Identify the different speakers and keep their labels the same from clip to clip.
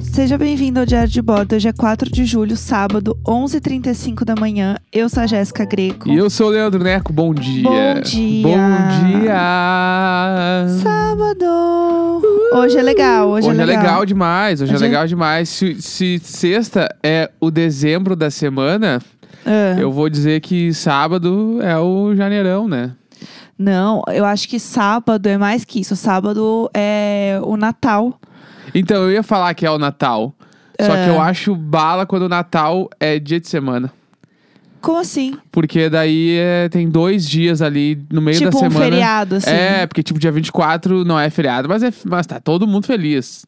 Speaker 1: Seja bem-vindo ao Diário de Bordo. Hoje é 4 de julho, sábado, 11h35 da manhã. Eu sou a Jéssica Greco.
Speaker 2: E eu sou o Leandro Neco, bom dia.
Speaker 1: Bom dia.
Speaker 2: Bom dia.
Speaker 1: Sábado! Hoje é legal, hoje,
Speaker 2: Hoje é legal demais, hoje,
Speaker 1: Hoje
Speaker 2: é
Speaker 1: é-
Speaker 2: legal demais. Se, se sexta é o dezembro da semana,
Speaker 1: Ah,
Speaker 2: eu vou dizer que sábado é o janeirão, né?
Speaker 1: Não, eu acho que sábado é mais que isso. Sábado é o Natal.
Speaker 2: Então, eu ia falar que é o Natal. Só
Speaker 1: Ah.
Speaker 2: que eu acho bala quando o Natal é dia de semana.
Speaker 1: Como assim?
Speaker 2: Porque daí é- tem dois dias ali no meio
Speaker 1: tipo
Speaker 2: da
Speaker 1: um
Speaker 2: semana.
Speaker 1: feriado, assim.
Speaker 2: É, porque tipo, dia 24 não é feriado, mas, é, mas tá todo mundo feliz.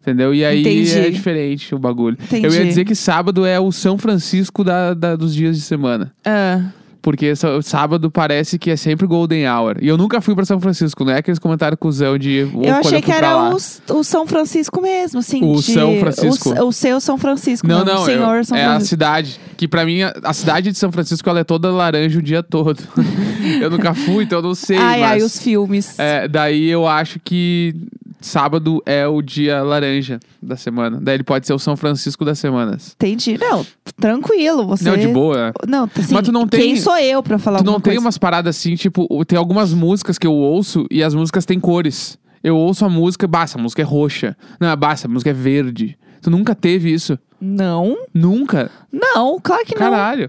Speaker 2: Entendeu? E aí
Speaker 1: Entendi.
Speaker 2: é diferente o bagulho.
Speaker 1: Entendi.
Speaker 2: Eu ia dizer que sábado é o São Francisco da, da- dos dias de semana.
Speaker 1: Ah,
Speaker 2: Porque só- sábado parece que é sempre Golden Hour. E eu nunca fui pra São Francisco, não é aqueles comentários cuzão de. "Ô,
Speaker 1: eu
Speaker 2: quando
Speaker 1: achei
Speaker 2: eu
Speaker 1: que
Speaker 2: fui pra
Speaker 1: era
Speaker 2: lá."
Speaker 1: o, S- o São Francisco mesmo, assim.
Speaker 2: O
Speaker 1: de-
Speaker 2: São Francisco.
Speaker 1: O, o seu São Francisco.
Speaker 2: Não,
Speaker 1: o
Speaker 2: não,
Speaker 1: senhor
Speaker 2: eu-
Speaker 1: São
Speaker 2: é a
Speaker 1: Francisco.
Speaker 2: cidade. Que pra mim, a, a cidade de São Francisco, ela é toda laranja o dia todo. eu nunca fui, então eu não sei.
Speaker 1: ai,
Speaker 2: mas...
Speaker 1: ai, os filmes.
Speaker 2: É, daí eu acho que sábado é o dia laranja da semana. Daí ele pode ser o São Francisco das semanas.
Speaker 1: Entendi. Não, tranquilo, você.
Speaker 2: Não, de boa. né?
Speaker 1: Não, assim,
Speaker 2: Mas tu não
Speaker 1: quem
Speaker 2: tem-
Speaker 1: sou eu pra falar
Speaker 2: Tu não
Speaker 1: alguma
Speaker 2: tem
Speaker 1: coisa?
Speaker 2: umas paradas assim, tipo, o- tem algumas músicas que eu ouço e as músicas têm cores. Eu ouço a música, bah, essa música é roxa. Não, bah, essa música é verde. Tu nunca teve isso?
Speaker 1: Não,
Speaker 2: Nunca?
Speaker 1: não, claro que não.
Speaker 2: Caralho.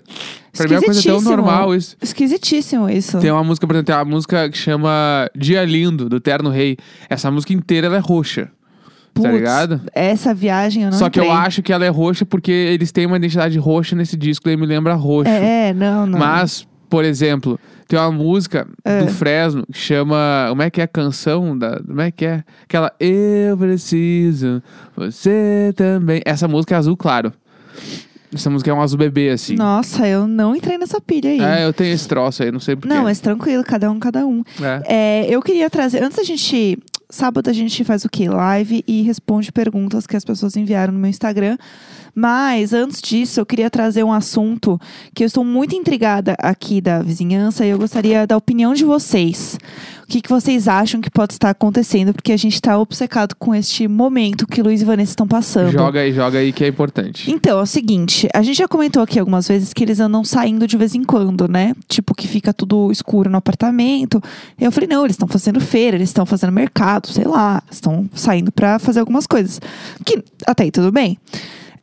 Speaker 2: Pra mim é uma coisa tão
Speaker 1: Esquisitíssimo.
Speaker 2: normal isso.
Speaker 1: Esquisitíssimo isso.
Speaker 2: Tem um- uma música, por exemplo, tem uma música que chama Dia Lindo, do Terno Rei. Essa música inteira ela é roxa.
Speaker 1: Putz,
Speaker 2: tá ligado?
Speaker 1: Essa viagem eu não
Speaker 2: Só que eu
Speaker 1: entrei.
Speaker 2: acho que ela é roxa porque eles têm uma identidade roxa nesse disco, daí me lembra roxo.
Speaker 1: É, é, não, É. não.
Speaker 2: Mas, por exemplo, tem uma música do Fresno que chama. Como é que é a canção? Da, como é que é? Aquela Eu preciso, você também. Essa música é azul, claro. Essa música é um azul bebê, assim.
Speaker 1: Nossa, eu não entrei nessa pilha aí.
Speaker 2: É, eu tenho esse troço aí, não sei porquê.
Speaker 1: não, mas tranquilo, cada um, cada um.
Speaker 2: É.
Speaker 1: É, eu queria trazer. Antes da gente. Sábado a gente faz o quê? Live e responde perguntas que as pessoas enviaram no meu Instagram. Mas antes disso, eu queria trazer um assunto que eu estou muito intrigada aqui da vizinhança e eu gostaria da opinião de vocês. O que, que vocês acham que pode estar acontecendo? Porque a gente está obcecado com este momento que Luiz e Vanessa estão passando.
Speaker 2: Joga aí, joga aí que é importante.
Speaker 1: Então, é o seguinte, a gente já comentou aqui algumas vezes que eles andam saindo de vez em quando, né? Tipo, que fica tudo escuro no apartamento. Eu falei, não, eles estão fazendo feira, eles estão fazendo mercado, sei lá, estão saindo pra fazer algumas coisas. Que até aí tudo bem.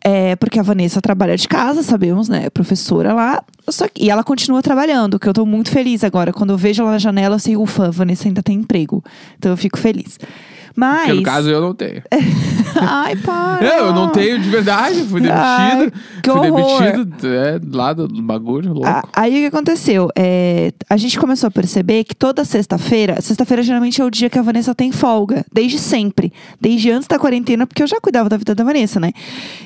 Speaker 1: É, porque a Vanessa trabalha de casa, sabemos, né? É professora lá. Só que- e ela continua trabalhando, que eu tô muito feliz agora. Quando eu vejo ela na janela, eu sei, ufa, a Vanessa ainda tem emprego. Então eu fico feliz. Mas.
Speaker 2: Porque no caso eu não tenho.
Speaker 1: É, Ai, para!
Speaker 2: Eu, eu não tenho de verdade, fui demitido.
Speaker 1: Ai, que
Speaker 2: fui
Speaker 1: horror. Ah,
Speaker 2: demitido é, lá do do bagulho, louco.
Speaker 1: A- aí o que aconteceu? É, a gente começou a perceber que toda sexta-feira, sexta-feira geralmente é o dia que a Vanessa tem folga, desde sempre, desde antes da quarentena, porque eu já cuidava da vida da Vanessa, né?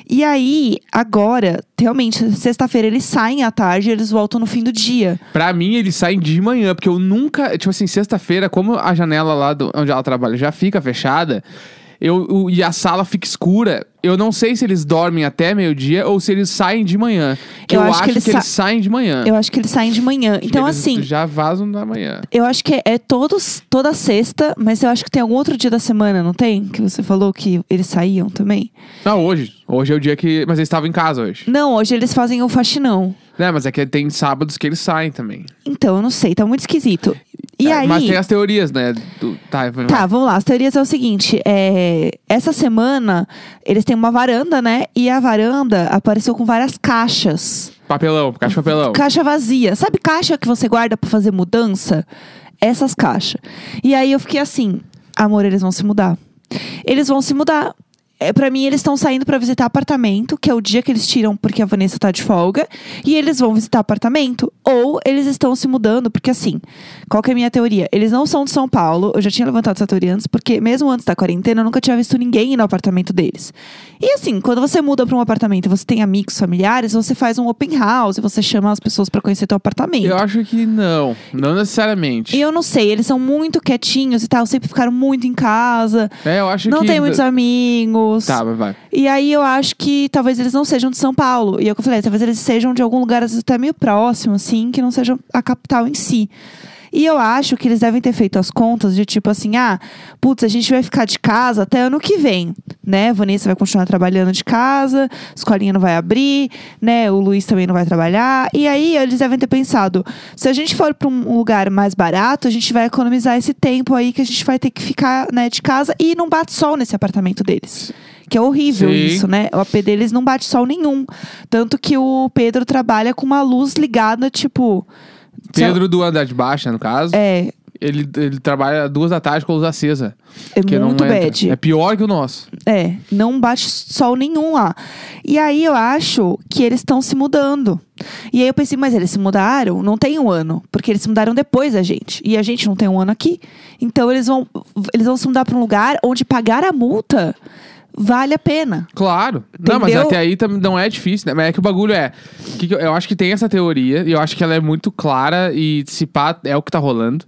Speaker 1: E aí, agora, realmente, sexta-feira eles saem à tarde e eles voltam no fim do dia.
Speaker 2: Pra mim, eles saem de manhã, porque eu nunca. Tipo assim, sexta-feira, como a janela lá do- onde ela trabalha já fica fechada, eu, o- e a sala fica escura, eu não sei se eles dormem até meio-dia ou se eles saem de manhã. Que
Speaker 1: Eu
Speaker 2: eu,
Speaker 1: acho que eles
Speaker 2: saem de manhã.
Speaker 1: Eu acho que eles saem de manhã.
Speaker 2: Ah. Acho que
Speaker 1: Então,
Speaker 2: eles
Speaker 1: assim.
Speaker 2: Já vazam na manhã.
Speaker 1: Eu acho que é, é todos, toda sexta, mas eu acho que tem algum outro dia da semana, não tem? Que você falou que eles saíam também?
Speaker 2: Não, hoje. Hoje é o dia que. Mas eles estavam em casa hoje.
Speaker 1: Não, hoje eles fazem o faxinão.
Speaker 2: Né, mas é que tem sábados que eles saem também.
Speaker 1: Então, eu não sei, tá muito esquisito. E
Speaker 2: É,
Speaker 1: aí.
Speaker 2: Mas tem as teorias, né? do- Tá, vai-
Speaker 1: Tá, vamos lá. As teorias é o seguinte: é, essa semana eles têm uma varanda, né? E a varanda apareceu com várias caixas.
Speaker 2: Papelão, caixa de papelão.
Speaker 1: Caixa vazia. Sabe caixa que você guarda pra fazer mudança? Essas caixas. E aí eu fiquei assim: amor, eles vão se mudar. Eles vão se mudar. É, para mim, eles estão saindo pra visitar apartamento, que é o dia que eles tiram porque a Vanessa tá de folga, e eles vão visitar apartamento. Ou eles estão se mudando, porque assim, qual que é a minha teoria? Eles não são de São Paulo, eu já tinha levantado essa teoria antes, porque mesmo antes da quarentena eu nunca tinha visto ninguém ir no apartamento deles. E assim, quando você muda pra um apartamento e você tem amigos, familiares, você faz um open house, você chama as pessoas pra conhecer teu apartamento.
Speaker 2: Eu acho que não. Não necessariamente.
Speaker 1: E eu não sei, eles são muito quietinhos e tal, sempre ficaram muito em casa,
Speaker 2: É, eu acho
Speaker 1: não
Speaker 2: que.
Speaker 1: tem muitos amigos.
Speaker 2: Tá, vai, vai.
Speaker 1: E aí eu acho que talvez eles não sejam de São Paulo. E é o que eu falei, talvez eles sejam de algum lugar, às vezes até meio próximo, assim, que não seja a capital em si. E eu acho que eles devem ter feito as contas de tipo assim: ah, putz, a gente vai ficar de casa até ano que vem, né? Vanessa vai continuar trabalhando de casa, escolinha não vai abrir, né? O Luiz também não vai trabalhar. E aí eles devem ter pensado: se a gente for para um lugar mais barato, a gente vai economizar esse tempo aí que a gente vai ter que ficar né, de casa e não bate sol nesse apartamento deles. Que é horrível
Speaker 2: Sim.
Speaker 1: isso, né? O AP deles não bate sol nenhum. Tanto que o Pedro trabalha com uma luz ligada, tipo. sei lá,
Speaker 2: Pedro do andar de baixa, no caso.
Speaker 1: É,
Speaker 2: Ele, ele trabalha duas da tarde com a luz acesa. que
Speaker 1: é
Speaker 2: não
Speaker 1: muito
Speaker 2: entra.
Speaker 1: bad.
Speaker 2: É pior que o nosso.
Speaker 1: É, não bate sol nenhum lá. E aí eu acho que eles estão se mudando. E aí eu pensei, mas eles se mudaram? Não tem um ano, porque eles se mudaram depois da gente. E a gente não tem um ano aqui. Então eles vão, eles vão se mudar para um lugar onde pagar a multa vale a pena.
Speaker 2: Claro. Não, mas
Speaker 1: Entendeu?
Speaker 2: até aí tam- não é difícil, né? Mas é que o bagulho é. que que eu- eu acho que tem essa teoria, e eu acho que ela é muito clara e se pá, é o que tá rolando.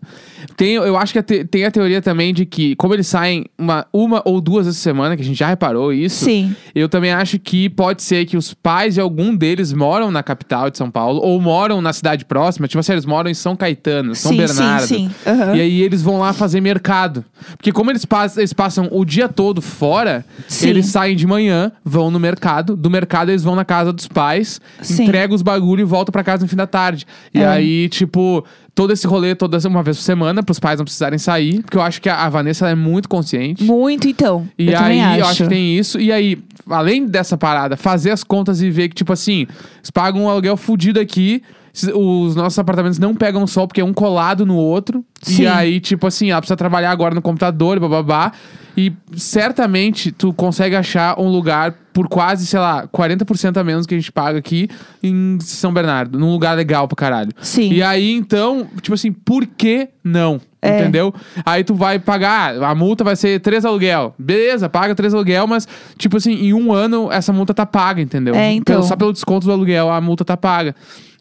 Speaker 2: Tem, eu acho que a te- tem a teoria também de que, como eles saem uma, uma ou duas vezes por semana, que a gente já reparou isso.
Speaker 1: Sim.
Speaker 2: Eu também acho que pode ser que os pais de algum deles moram na capital de São Paulo ou moram na cidade próxima. Tipo assim, eles moram em São Caetano, São
Speaker 1: sim,
Speaker 2: Bernardo.
Speaker 1: sim, sim. Aham.
Speaker 2: E aí eles vão lá fazer mercado. Porque como eles passam, eles passam o dia todo fora,
Speaker 1: Sim.
Speaker 2: eles saem de manhã, vão no mercado, do mercado eles vão na casa dos pais,
Speaker 1: Sim.
Speaker 2: entregam os bagulho e voltam pra casa no fim da tarde. E
Speaker 1: É.
Speaker 2: aí, tipo, todo esse rolê toda uma vez por semana, pros pais não precisarem sair, porque eu acho que a a Vanessa ela é muito consciente.
Speaker 1: Muito então.
Speaker 2: E
Speaker 1: eu
Speaker 2: aí,
Speaker 1: também acho.
Speaker 2: eu acho que tem isso. E aí, além dessa parada, fazer as contas e ver que, tipo assim, eles pagam um aluguel fudido aqui, se- os nossos apartamentos não pegam sol porque é um colado no outro.
Speaker 1: Sim.
Speaker 2: E aí, tipo assim, ela precisa trabalhar agora no computador, e bababá. E certamente tu consegue achar um lugar por quase, sei lá, 40% a menos que a gente paga aqui em São Bernardo, num lugar legal pra caralho.
Speaker 1: Sim.
Speaker 2: E aí, então, tipo assim, por que não?
Speaker 1: É.
Speaker 2: Entendeu? Aí tu vai pagar, a multa vai ser três aluguel. Beleza, paga três aluguel, mas, tipo assim, em um ano essa multa tá paga, entendeu?
Speaker 1: É, então.
Speaker 2: Pelo- só pelo desconto do aluguel a multa tá paga.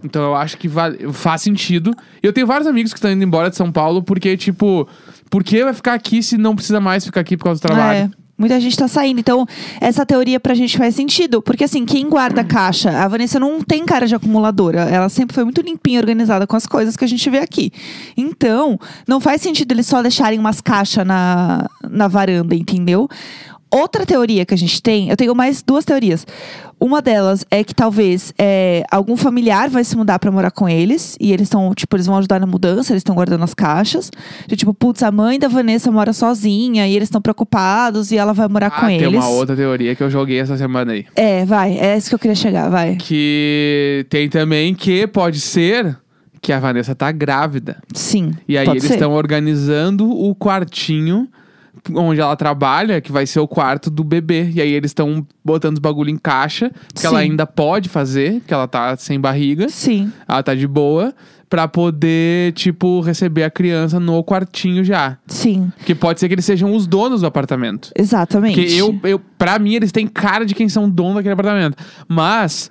Speaker 2: Então eu acho que vale- faz sentido. E Eu tenho vários amigos que estão indo embora de São Paulo porque, tipo, por que vai ficar aqui se não precisa mais ficar aqui por causa do trabalho?
Speaker 1: É. Muita gente tá saindo. Então, essa teoria pra gente faz sentido. Porque, assim, quem guarda caixa? A Vanessa não tem cara de acumuladora. Ela sempre foi muito limpinha, organizada com as coisas que a gente vê aqui. Então, não faz sentido eles só deixarem umas caixas na, na varanda, entendeu? Outra teoria que a gente tem, eu tenho mais duas teorias. Uma delas é que talvez é, algum familiar vai se mudar pra morar com eles. E eles estão, tipo, eles vão ajudar na mudança, eles estão guardando as caixas. De tipo, putz, a mãe da Vanessa mora sozinha e eles estão preocupados e ela vai morar
Speaker 2: Ah,
Speaker 1: tá com
Speaker 2: tem
Speaker 1: eles.
Speaker 2: uma outra teoria que eu joguei essa semana aí.
Speaker 1: É, vai, é isso que eu queria chegar, vai.
Speaker 2: Que tem também que pode ser que a Vanessa tá grávida.
Speaker 1: Sim.
Speaker 2: E aí
Speaker 1: pode
Speaker 2: eles
Speaker 1: ser.
Speaker 2: estão organizando o quartinho onde ela trabalha, que vai ser o quarto do bebê. E aí eles estão botando os bagulho em caixa, que ela
Speaker 1: Sim.
Speaker 2: ainda pode fazer, que ela tá sem barriga,
Speaker 1: Sim.
Speaker 2: ela tá de boa, pra poder, tipo, receber a criança no quartinho já.
Speaker 1: Sim,
Speaker 2: Que pode ser que eles sejam os donos do apartamento.
Speaker 1: exatamente.
Speaker 2: Porque eu, eu, pra mim, eles têm cara de quem são dono daquele apartamento. Mas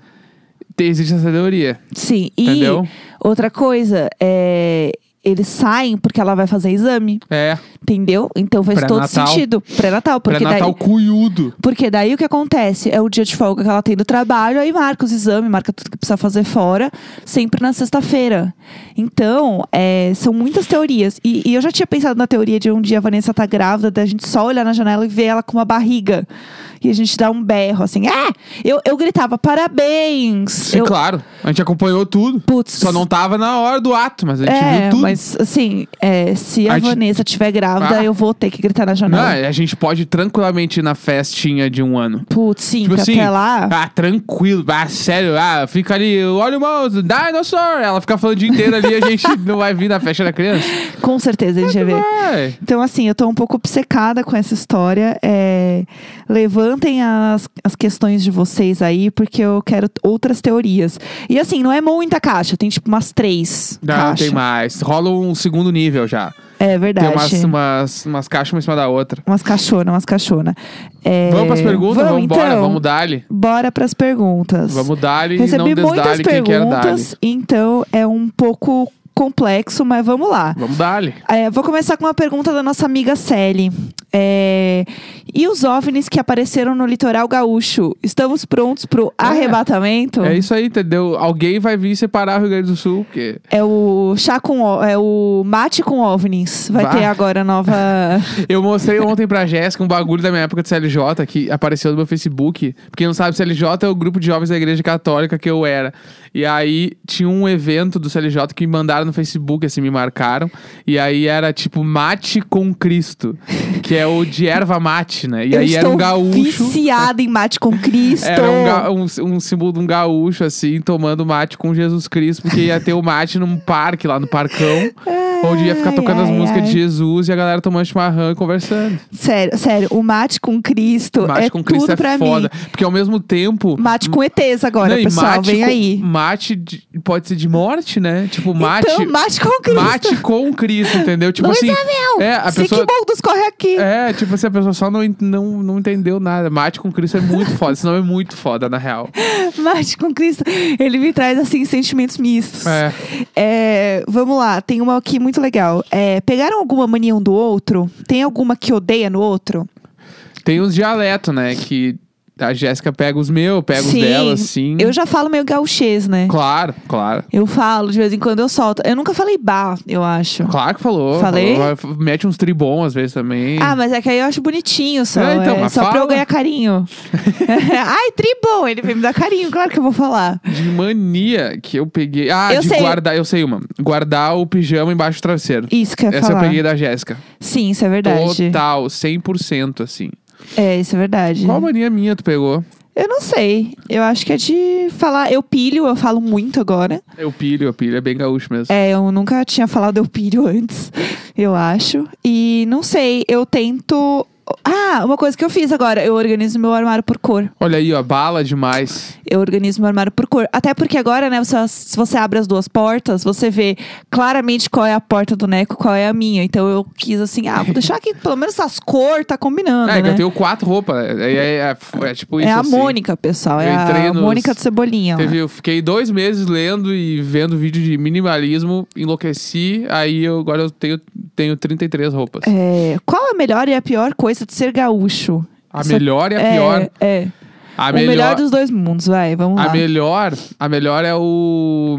Speaker 2: te- existe essa teoria.
Speaker 1: Sim, e
Speaker 2: Entendeu?
Speaker 1: outra coisa é. Eles saem porque ela vai fazer exame,
Speaker 2: É,
Speaker 1: entendeu? Então faz todo
Speaker 2: Pré-natal.
Speaker 1: sentido. Pré-natal, porque
Speaker 2: pré-natal
Speaker 1: daí.
Speaker 2: cuiudo.
Speaker 1: Porque daí o que acontece? É o dia de folga que ela tem do trabalho, aí marca os exames, marca tudo que precisa fazer fora, sempre na sexta-feira. Então, é, são muitas teorias. E, e eu já tinha pensado na teoria de um dia a Vanessa tá grávida, da gente só olhar na janela e ver ela com uma barriga. E a gente dá um berro, assim, ah! Eu, eu gritava, parabéns!
Speaker 2: Sim,
Speaker 1: eu,
Speaker 2: claro. A gente acompanhou tudo.
Speaker 1: Putz,
Speaker 2: Só não tava na hora do ato, mas a gente
Speaker 1: É,
Speaker 2: viu tudo.
Speaker 1: mas assim, é, se a,
Speaker 2: A gente-
Speaker 1: Vanessa estiver grávida,
Speaker 2: Ah.
Speaker 1: eu vou ter que gritar na
Speaker 2: Não,
Speaker 1: janela.
Speaker 2: Ah, a gente pode tranquilamente ir na festinha de um ano.
Speaker 1: Putz, sim,
Speaker 2: Tipo
Speaker 1: que
Speaker 2: assim,
Speaker 1: até lá.
Speaker 2: ah, tranquilo, ah, sério, ah, fica ali, olha o mouse, dinosaur. Ela fica falando o dia inteiro ali, a gente não vai vir na festa da criança.
Speaker 1: Com certeza ele já vê.
Speaker 2: Vai.
Speaker 1: Então, assim, eu tô um pouco obcecada com essa história. É, levantem as, as questões de vocês aí, porque eu quero outras teorias. E assim, não é muita caixa, tem tipo umas três.
Speaker 2: Não,
Speaker 1: caixas.
Speaker 2: tem mais. Rola um segundo nível já.
Speaker 1: É
Speaker 2: Tem
Speaker 1: verdade.
Speaker 2: umas, umas, umas caixas uma em cima da outra.
Speaker 1: Umas caixona, umas caixona. É,
Speaker 2: Vamos pras perguntas?
Speaker 1: Vamos,
Speaker 2: Vamos embora,
Speaker 1: então?
Speaker 2: vamos dali.
Speaker 1: Bora pras perguntas.
Speaker 2: Vamos dali e não
Speaker 1: Recebi muitas
Speaker 2: desdale quem quer né? dali.
Speaker 1: perguntas, então é um pouco complexo, mas vamos lá.
Speaker 2: Vamos dali.
Speaker 1: É, vou começar com uma pergunta da nossa amiga Sally. É, E os OVNIs que apareceram no litoral gaúcho? Estamos prontos pro arrebatamento?
Speaker 2: É isso aí, entendeu? Alguém vai vir separar o Rio Grande do Sul, porque.
Speaker 1: É o chá com o- é o mate com ovnis. Vai
Speaker 2: Bah.
Speaker 1: ter agora nova.
Speaker 2: Eu mostrei ontem pra Jéssica um bagulho da minha época de CLJ que apareceu no meu Facebook. Pra quem não sabe, CLJ é o grupo de jovens da igreja católica que eu era. E aí tinha um evento do CLJ que me mandaram no Facebook, assim, me marcaram. E aí era tipo Mate com Cristo, que é o de erva mate, né? E
Speaker 1: Eu
Speaker 2: aí era
Speaker 1: estou
Speaker 2: um gaúcho.
Speaker 1: viciada em mate com Cristo.
Speaker 2: Era um, ga- um- um símbolo de um gaúcho, assim, tomando mate com Jesus Cristo, porque ia ter o mate num parque, lá no parcão, onde ia ficar
Speaker 1: Ai,
Speaker 2: tocando as
Speaker 1: ai,
Speaker 2: músicas
Speaker 1: ai.
Speaker 2: de Jesus e a galera tomando chimarrão e conversando.
Speaker 1: Sério, sério, o mate com Cristo
Speaker 2: Mate
Speaker 1: é
Speaker 2: com Cristo
Speaker 1: tudo
Speaker 2: é
Speaker 1: pra
Speaker 2: foda.
Speaker 1: mim.
Speaker 2: Porque ao mesmo tempo.
Speaker 1: Mate com ETs agora,
Speaker 2: Não, e
Speaker 1: pessoal,
Speaker 2: mate
Speaker 1: vem
Speaker 2: com-
Speaker 1: aí.
Speaker 2: Mate de- pode ser de morte, né? Tipo, mate.
Speaker 1: então, mate com Cristo.
Speaker 2: mate com Cristo, entendeu? Tipo
Speaker 1: Luiz
Speaker 2: assim.
Speaker 1: Abel,
Speaker 2: É, a
Speaker 1: se
Speaker 2: pessoa.
Speaker 1: que bom dos corre aqui.
Speaker 2: É, tipo assim, a pessoa só não, en- não, não entendeu nada. Mate com Cristo é muito foda. Esse nome é muito foda, na real.
Speaker 1: Mate com Cristo, ele me traz, assim, sentimentos mistos.
Speaker 2: É.
Speaker 1: É, vamos lá, tem uma aqui muito legal. É, pegaram alguma mania um do outro? Tem alguma que odeia no outro?
Speaker 2: Tem uns dialetos, né? Que a Jéssica pega os meus, eu pego os
Speaker 1: Sim,
Speaker 2: dela, assim.
Speaker 1: Eu já falo meio gauchês, né?
Speaker 2: Claro, claro.
Speaker 1: Eu falo, de vez em quando eu solto. Eu nunca falei bar, eu acho.
Speaker 2: Claro que falou.
Speaker 1: Falei?
Speaker 2: Falou. Vai- Mete uns tribom às vezes também.
Speaker 1: Ah, mas é que aí eu acho bonitinho só.
Speaker 2: É, então,
Speaker 1: é
Speaker 2: mas
Speaker 1: só pra eu
Speaker 2: fala.
Speaker 1: ganhar carinho. Ai, tribom, ele veio me dar carinho, claro que eu vou falar.
Speaker 2: De mania que eu peguei. Ah,
Speaker 1: Eu
Speaker 2: de
Speaker 1: sei.
Speaker 2: guardar. Eu sei uma. Guardar o pijama embaixo do travesseiro.
Speaker 1: Isso que eu ia
Speaker 2: Essa eu
Speaker 1: falar.
Speaker 2: peguei da Jéssica.
Speaker 1: Sim, isso é verdade.
Speaker 2: Total, 100%, assim.
Speaker 1: É, isso é verdade.
Speaker 2: Qual mania minha tu pegou?
Speaker 1: Eu não sei. Eu acho que é de falar. Eu pilho, eu falo muito agora.
Speaker 2: Eu pilho, eu pilho. É bem gaúcho mesmo.
Speaker 1: É, eu nunca tinha falado eu pilho antes, eu acho. E não sei, eu tento. Ah, uma coisa que eu fiz agora, eu organizo meu armário por cor.
Speaker 2: Olha aí, ó. Bala demais.
Speaker 1: Eu organizo meu armário por cor. Até porque agora, né, você- se você abre as duas portas, você vê claramente qual é a porta do Neco, qual é a minha. Então eu quis assim, ah, vou deixar aqui, pelo menos essas cores tá combinando,
Speaker 2: é, que
Speaker 1: né?
Speaker 2: eu tenho quatro roupas. É, é- é- é- é tipo
Speaker 1: é
Speaker 2: isso.
Speaker 1: a
Speaker 2: assim.
Speaker 1: Mônica, né? pessoal. É
Speaker 2: Eu entrei
Speaker 1: a
Speaker 2: nos-
Speaker 1: Mônica do Cebolinha. lá.
Speaker 2: Teve, eu fiquei dois meses lendo e vendo vídeo de minimalismo, enlouqueci, aí eu, agora eu tenho, tenho 33 roupas.
Speaker 1: É, qual a melhor e a pior coisa de ser gaúcho?
Speaker 2: A
Speaker 1: Isso
Speaker 2: melhor e a
Speaker 1: é-
Speaker 2: pior.
Speaker 1: É.
Speaker 2: A
Speaker 1: o melhor...
Speaker 2: melhor,
Speaker 1: dos dois mundos, vai, vamos
Speaker 2: a
Speaker 1: lá.
Speaker 2: melhor, a melhor é o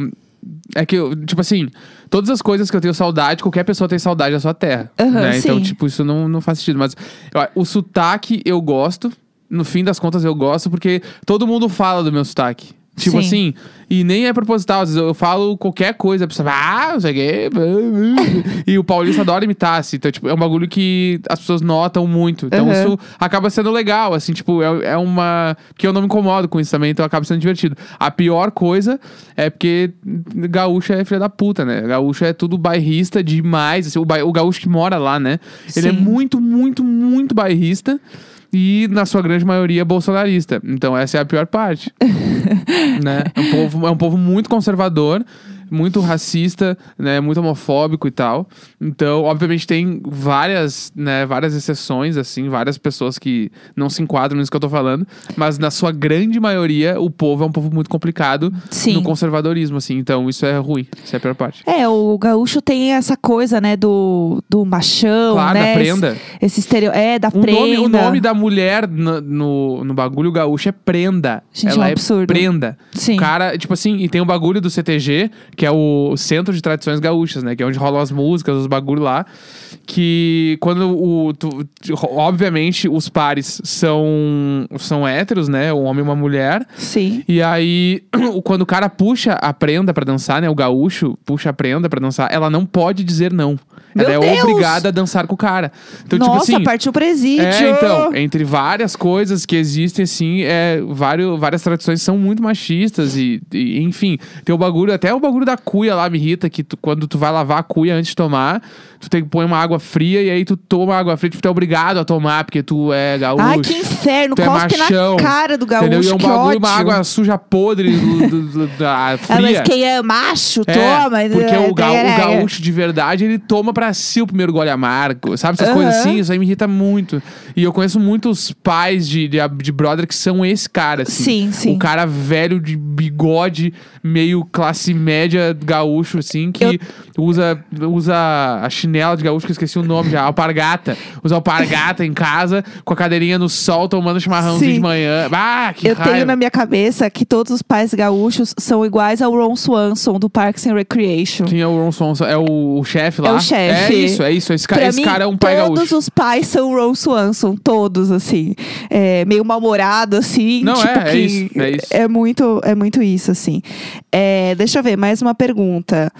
Speaker 2: é que eu- tipo assim, todas as coisas que eu tenho saudade, qualquer pessoa tem saudade da sua terra,
Speaker 1: Aham,
Speaker 2: né? Então,
Speaker 1: sim.
Speaker 2: tipo, isso não, não faz sentido, mas ó, o sotaque eu gosto, no fim das contas eu gosto porque todo mundo fala do meu sotaque. Tipo
Speaker 1: Sim.
Speaker 2: assim, e nem é proposital, às vezes eu falo qualquer coisa, a pessoa, ah, não sei o quê. blá, blá". e o paulista adora imitar, assim, então, tipo, é um bagulho que as pessoas notam muito. Então
Speaker 1: Aham.
Speaker 2: isso acaba sendo legal, assim, tipo, é, é uma. que eu não me incomodo com isso também, então acaba sendo divertido. A pior coisa é porque gaúcho é filha da puta, né? Gaúcho é tudo bairrista demais, assim, o, bai- o gaúcho que mora lá, né? Ele é
Speaker 1: Sim.
Speaker 2: muito, muito, muito bairrista. E, na sua grande maioria, bolsonarista. Então, essa é a pior parte né? É um povo, é um povo muito conservador, muito racista, né? Muito homofóbico e tal. Então, obviamente, tem várias, né? Várias exceções, assim, várias pessoas que não se enquadram nisso que eu tô falando. Mas na sua grande maioria, o povo é um povo muito complicado
Speaker 1: Sim.
Speaker 2: no conservadorismo, assim. Então, isso é ruim. Isso é a pior parte.
Speaker 1: É, o gaúcho tem essa coisa, né, do, do machão,
Speaker 2: Claro,
Speaker 1: né?
Speaker 2: da prenda.
Speaker 1: Esse, esse estereo... É, da
Speaker 2: O
Speaker 1: prenda.
Speaker 2: nome, o nome da mulher no, no, no bagulho gaúcho é prenda.
Speaker 1: Gente,
Speaker 2: Ela
Speaker 1: é um absurdo.
Speaker 2: prenda.
Speaker 1: Sim.
Speaker 2: O cara, tipo assim, e tem o bagulho do CTG, que é o Centro de Tradições Gaúchas, né? Que é onde rolam as músicas, os bagulho lá. Que quando o. tu- tu- obviamente, os pares são, são héteros, né? Um homem e uma mulher.
Speaker 1: Sim.
Speaker 2: E aí, o- quando o cara puxa a prenda pra dançar, né? O gaúcho puxa a prenda pra dançar, ela não pode dizer não.
Speaker 1: Meu
Speaker 2: ela é
Speaker 1: Deus!
Speaker 2: obrigada a dançar com o cara. Então,
Speaker 1: Nossa,
Speaker 2: tipo assim.
Speaker 1: partiu presídio.
Speaker 2: É, então, entre várias coisas que existem, assim, é, vários, várias tradições são muito machistas e, e, enfim, tem o bagulho, até o bagulho da cuia lá me irrita, que tu- quando tu vai lavar a cuia antes de tomar, tu tem que pôr uma água fria e aí tu toma água fria, tipo, tu é obrigado a tomar, porque tu é gaúcho.
Speaker 1: Ai, que inferno.
Speaker 2: tu é
Speaker 1: Cospe
Speaker 2: machão,
Speaker 1: na cara do gaúcho,
Speaker 2: Entendeu? E é um
Speaker 1: que
Speaker 2: bagulho,
Speaker 1: ódio.
Speaker 2: uma água suja podre do- do- do- da fria.
Speaker 1: Ah, mas quem é macho,
Speaker 2: É,
Speaker 1: toma.
Speaker 2: Porque o, ga- o
Speaker 1: é,
Speaker 2: gaúcho de verdade, ele toma pra si o primeiro gole amargo. Sabe essas
Speaker 1: Aham.
Speaker 2: coisas assim? Isso aí me irrita muito. E eu conheço muitos pais de, de, de brother que são esse cara,
Speaker 1: Sim,
Speaker 2: assim.
Speaker 1: sim.
Speaker 2: O cara velho de bigode, meio classe média, comédia gaúcho, assim, que usa, usa a chinela de gaúcho, que eu esqueci o nome já, alpargata. Usa alpargata em casa, com a cadeirinha no sol, tomando chimarrãozinho
Speaker 1: Sim.
Speaker 2: de manhã. Ah, que
Speaker 1: Eu
Speaker 2: raiva.
Speaker 1: tenho na minha cabeça que todos os pais gaúchos são iguais ao Ron Swanson do Parks and Recreation.
Speaker 2: Quem é o Ron Swanson? É o, o chefe lá?
Speaker 1: É o chefe.
Speaker 2: É isso, é isso. Esse, ca-
Speaker 1: Pra
Speaker 2: esse
Speaker 1: mim,
Speaker 2: cara é um pai
Speaker 1: todos
Speaker 2: gaúcho.
Speaker 1: os pais são o Ron Swanson, todos, assim. É, meio mal-humorado, assim.
Speaker 2: Não,
Speaker 1: tipo
Speaker 2: é, é
Speaker 1: que
Speaker 2: isso, é isso.
Speaker 1: muito, é muito isso, assim. É, deixa eu ver, mais uma pergunta.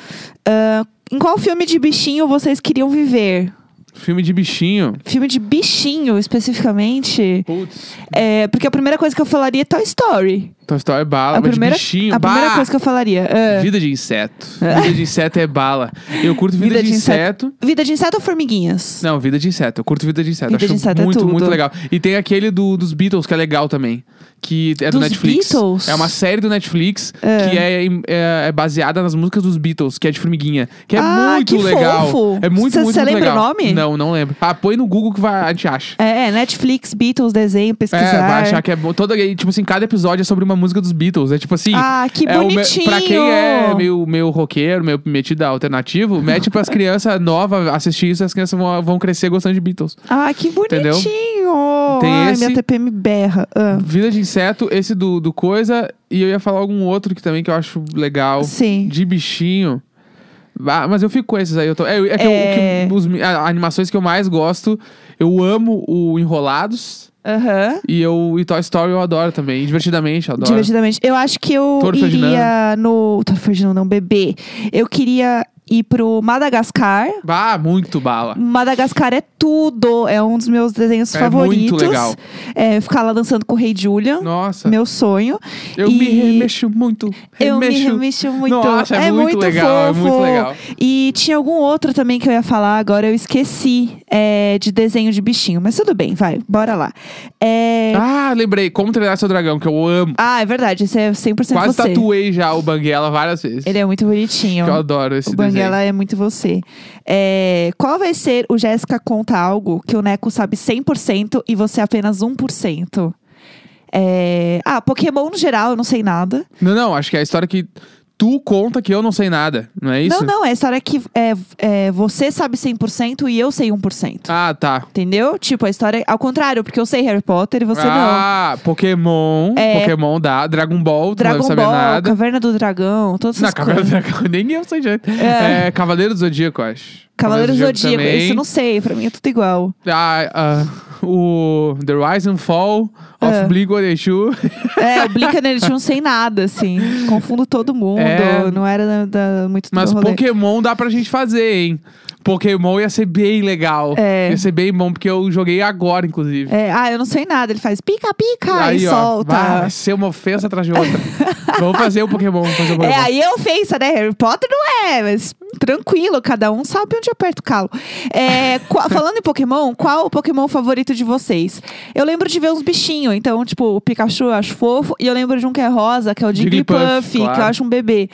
Speaker 1: Ah, em qual filme de bichinho vocês queriam viver?
Speaker 2: Filme de bichinho.
Speaker 1: Filme de bichinho, especificamente?
Speaker 2: Putz.
Speaker 1: É, porque a primeira coisa que eu falaria é Toy Story.
Speaker 2: Tua história é bala,
Speaker 1: a
Speaker 2: mas
Speaker 1: primeira,
Speaker 2: de bichinho,
Speaker 1: a primeira
Speaker 2: bah!
Speaker 1: coisa que eu falaria. Ah,
Speaker 2: Vida de inseto. Vida de inseto é bala. Eu curto vida, de, inseto.
Speaker 1: Vida de inseto ou formiguinhas?
Speaker 2: Não, vida de inseto. Eu curto vida de inseto.
Speaker 1: Vida de
Speaker 2: Acho
Speaker 1: inseto é
Speaker 2: muito,
Speaker 1: tudo.
Speaker 2: muito legal. E tem aquele do- dos Beatles, que é legal também. Que é do
Speaker 1: Dos
Speaker 2: Netflix.
Speaker 1: Beatles?
Speaker 2: É uma série do Netflix que é, em- é- é baseada nas músicas dos Beatles, que é de formiguinha. Que é
Speaker 1: Ah,
Speaker 2: muito
Speaker 1: que
Speaker 2: legal.
Speaker 1: fofo.
Speaker 2: É muito,
Speaker 1: Cê-
Speaker 2: muito,
Speaker 1: cê
Speaker 2: muito
Speaker 1: lembra o
Speaker 2: legal.
Speaker 1: nome?
Speaker 2: Não, não lembro. Ah, põe no Google que vai, a gente acha.
Speaker 1: É, é, Netflix, Beatles, desenho, pesquisar.
Speaker 2: É, vai achar que é bom. Toda, e, tipo assim, cada episódio é sobre uma música dos Beatles. É tipo assim.
Speaker 1: Ah, que
Speaker 2: é o me-
Speaker 1: bonitinho!
Speaker 2: pra quem é meio, meio roqueiro, meio metido a alternativo, mete pras crianças novas assistir isso, as crianças vão, vão crescer gostando de Beatles.
Speaker 1: Ah, que bonitinho!
Speaker 2: Entendeu? Tem
Speaker 1: Ai,
Speaker 2: esse-
Speaker 1: minha TPM berra. Ah,
Speaker 2: Vida de inseto, esse do, do coisa, e eu ia falar algum outro que também que eu acho legal.
Speaker 1: Sim.
Speaker 2: De bichinho. Ah, mas eu fico com esses aí. Eu tô... É, é que, eu-
Speaker 1: É.
Speaker 2: que os, mi- a- animações que eu mais gosto, eu amo o Enrolados
Speaker 1: Aham.
Speaker 2: e, eu, e Toy Story eu adoro também. Divertidamente, eu adoro.
Speaker 1: Divertidamente. Eu acho que eu
Speaker 2: Toro
Speaker 1: iria no. Toro Ferdinando, não, bebê. Eu queria ir pro Madagascar.
Speaker 2: Ah, muito bala.
Speaker 1: Madagascar é tudo. É um dos meus desenhos
Speaker 2: É
Speaker 1: favoritos.
Speaker 2: muito legal.
Speaker 1: É, ficar lá dançando com o Rei Julian.
Speaker 2: Nossa.
Speaker 1: Meu sonho.
Speaker 2: eu
Speaker 1: E
Speaker 2: me remexo muito.
Speaker 1: Eu me
Speaker 2: remexo.
Speaker 1: remexo muito.
Speaker 2: Nossa, é
Speaker 1: é
Speaker 2: muito legal, é
Speaker 1: fofo.
Speaker 2: muito legal.
Speaker 1: E tinha algum outro também que eu ia falar, agora eu esqueci. é, de desenho de bichinho. Mas tudo bem, vai, bora lá. É,
Speaker 2: Ah, lembrei. Como treinar seu dragão, que eu amo.
Speaker 1: Ah, é verdade, esse é 100%
Speaker 2: Quase
Speaker 1: você.
Speaker 2: tatuei já o Banguela várias vezes.
Speaker 1: Ele é muito bonitinho.
Speaker 2: Que eu adoro esse
Speaker 1: O
Speaker 2: desenho.
Speaker 1: Banguela é muito você. É, qual vai ser o Jéssica Conta Algo que o Neco sabe 100% e você apenas 1%? É, Ah, Pokémon no geral, eu não sei nada.
Speaker 2: Não, não, acho que é a história que tu conta que eu não sei nada, não é
Speaker 1: Não,
Speaker 2: isso?
Speaker 1: não, é a história que é, é, você sabe 100% e eu sei 1%.
Speaker 2: Ah, tá.
Speaker 1: Entendeu? Tipo, a história é ao contrário, porque eu sei Harry Potter e você não.
Speaker 2: ah, Pokémon.
Speaker 1: É.
Speaker 2: Pokémon dá. Dragon Ball, tu não
Speaker 1: Dragon
Speaker 2: deve saber
Speaker 1: Ball,
Speaker 2: nada.
Speaker 1: Caverna do Dragão, todas
Speaker 2: Na
Speaker 1: essas
Speaker 2: Caverna do
Speaker 1: coisas.
Speaker 2: Dragão, nem eu sei jeito.
Speaker 1: É.
Speaker 2: É, Cavaleiro do Zodíaco, eu acho.
Speaker 1: Cavaleiro do Zodíaco,
Speaker 2: também.
Speaker 1: isso eu não sei, pra mim é tudo igual.
Speaker 2: Ah, ah, o The Rise and Fall of
Speaker 1: É.
Speaker 2: Blink-182.
Speaker 1: É, o Blink-182 não sei nada, assim. Confundo todo mundo,
Speaker 2: É.
Speaker 1: não era da- da- muito do
Speaker 2: Mas
Speaker 1: meu rolê.
Speaker 2: Pokémon dá pra gente fazer, hein? Pokémon ia ser bem legal.
Speaker 1: É.
Speaker 2: Ia ser bem bom, porque eu joguei agora, inclusive.
Speaker 1: É, ah, eu não sei nada, ele faz pica-pica
Speaker 2: aí,
Speaker 1: e
Speaker 2: ó, vai,
Speaker 1: solta.
Speaker 2: vai ser uma ofensa atrás de outra. Vamos fazer o Pokémon, vamos fazer o Pokémon.
Speaker 1: É, aí é ofensa, né? Harry Potter não é, mas tranquilo, cada um sabe onde aperta o calo. É, qua- falando em Pokémon, qual o Pokémon favorito de vocês? Eu lembro de ver uns bichinhos, então, tipo, o Pikachu eu acho fofo, e eu lembro de um que é rosa, que é o Jigglypuff,
Speaker 2: Jigglypuff,
Speaker 1: que eu
Speaker 2: claro.
Speaker 1: acho um bebê.